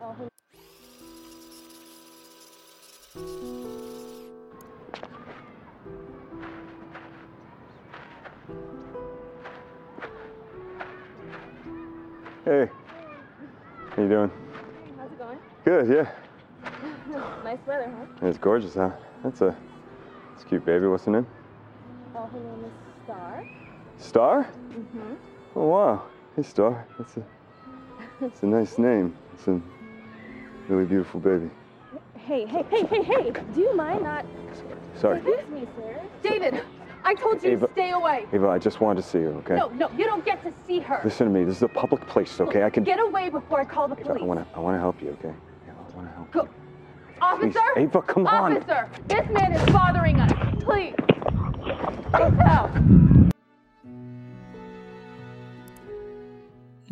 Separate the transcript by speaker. Speaker 1: who
Speaker 2: Hey, how you doing?
Speaker 1: How's it going?
Speaker 2: Good, yeah.
Speaker 1: nice weather, huh?
Speaker 2: It's gorgeous, huh? That's a, it's cute, baby. What's her name?
Speaker 1: Oh, her name is Star.
Speaker 2: Star?
Speaker 1: Mm-hmm.
Speaker 2: Oh wow. Hey, Star. That's a, that's a nice name. It's a really beautiful baby.
Speaker 1: Hey, hey, hey, hey, hey! Do you mind not?
Speaker 2: Sorry,
Speaker 1: Excuse me, sir.
Speaker 3: David, I told you
Speaker 2: Ava-
Speaker 3: to stay away.
Speaker 2: Eva. I just wanted to see her. Okay.
Speaker 3: No, no, you don't get to see her.
Speaker 2: Listen to me. This is a public place, okay? I can.
Speaker 3: Get away before I call the
Speaker 2: Ava, I
Speaker 3: police.
Speaker 2: want to. I want to help you, okay? Ava, I want to help.
Speaker 3: Go-
Speaker 2: you. Please,
Speaker 3: Officer?
Speaker 2: Ava, come on.
Speaker 3: Officer, this man is bothering us. Please. Please help.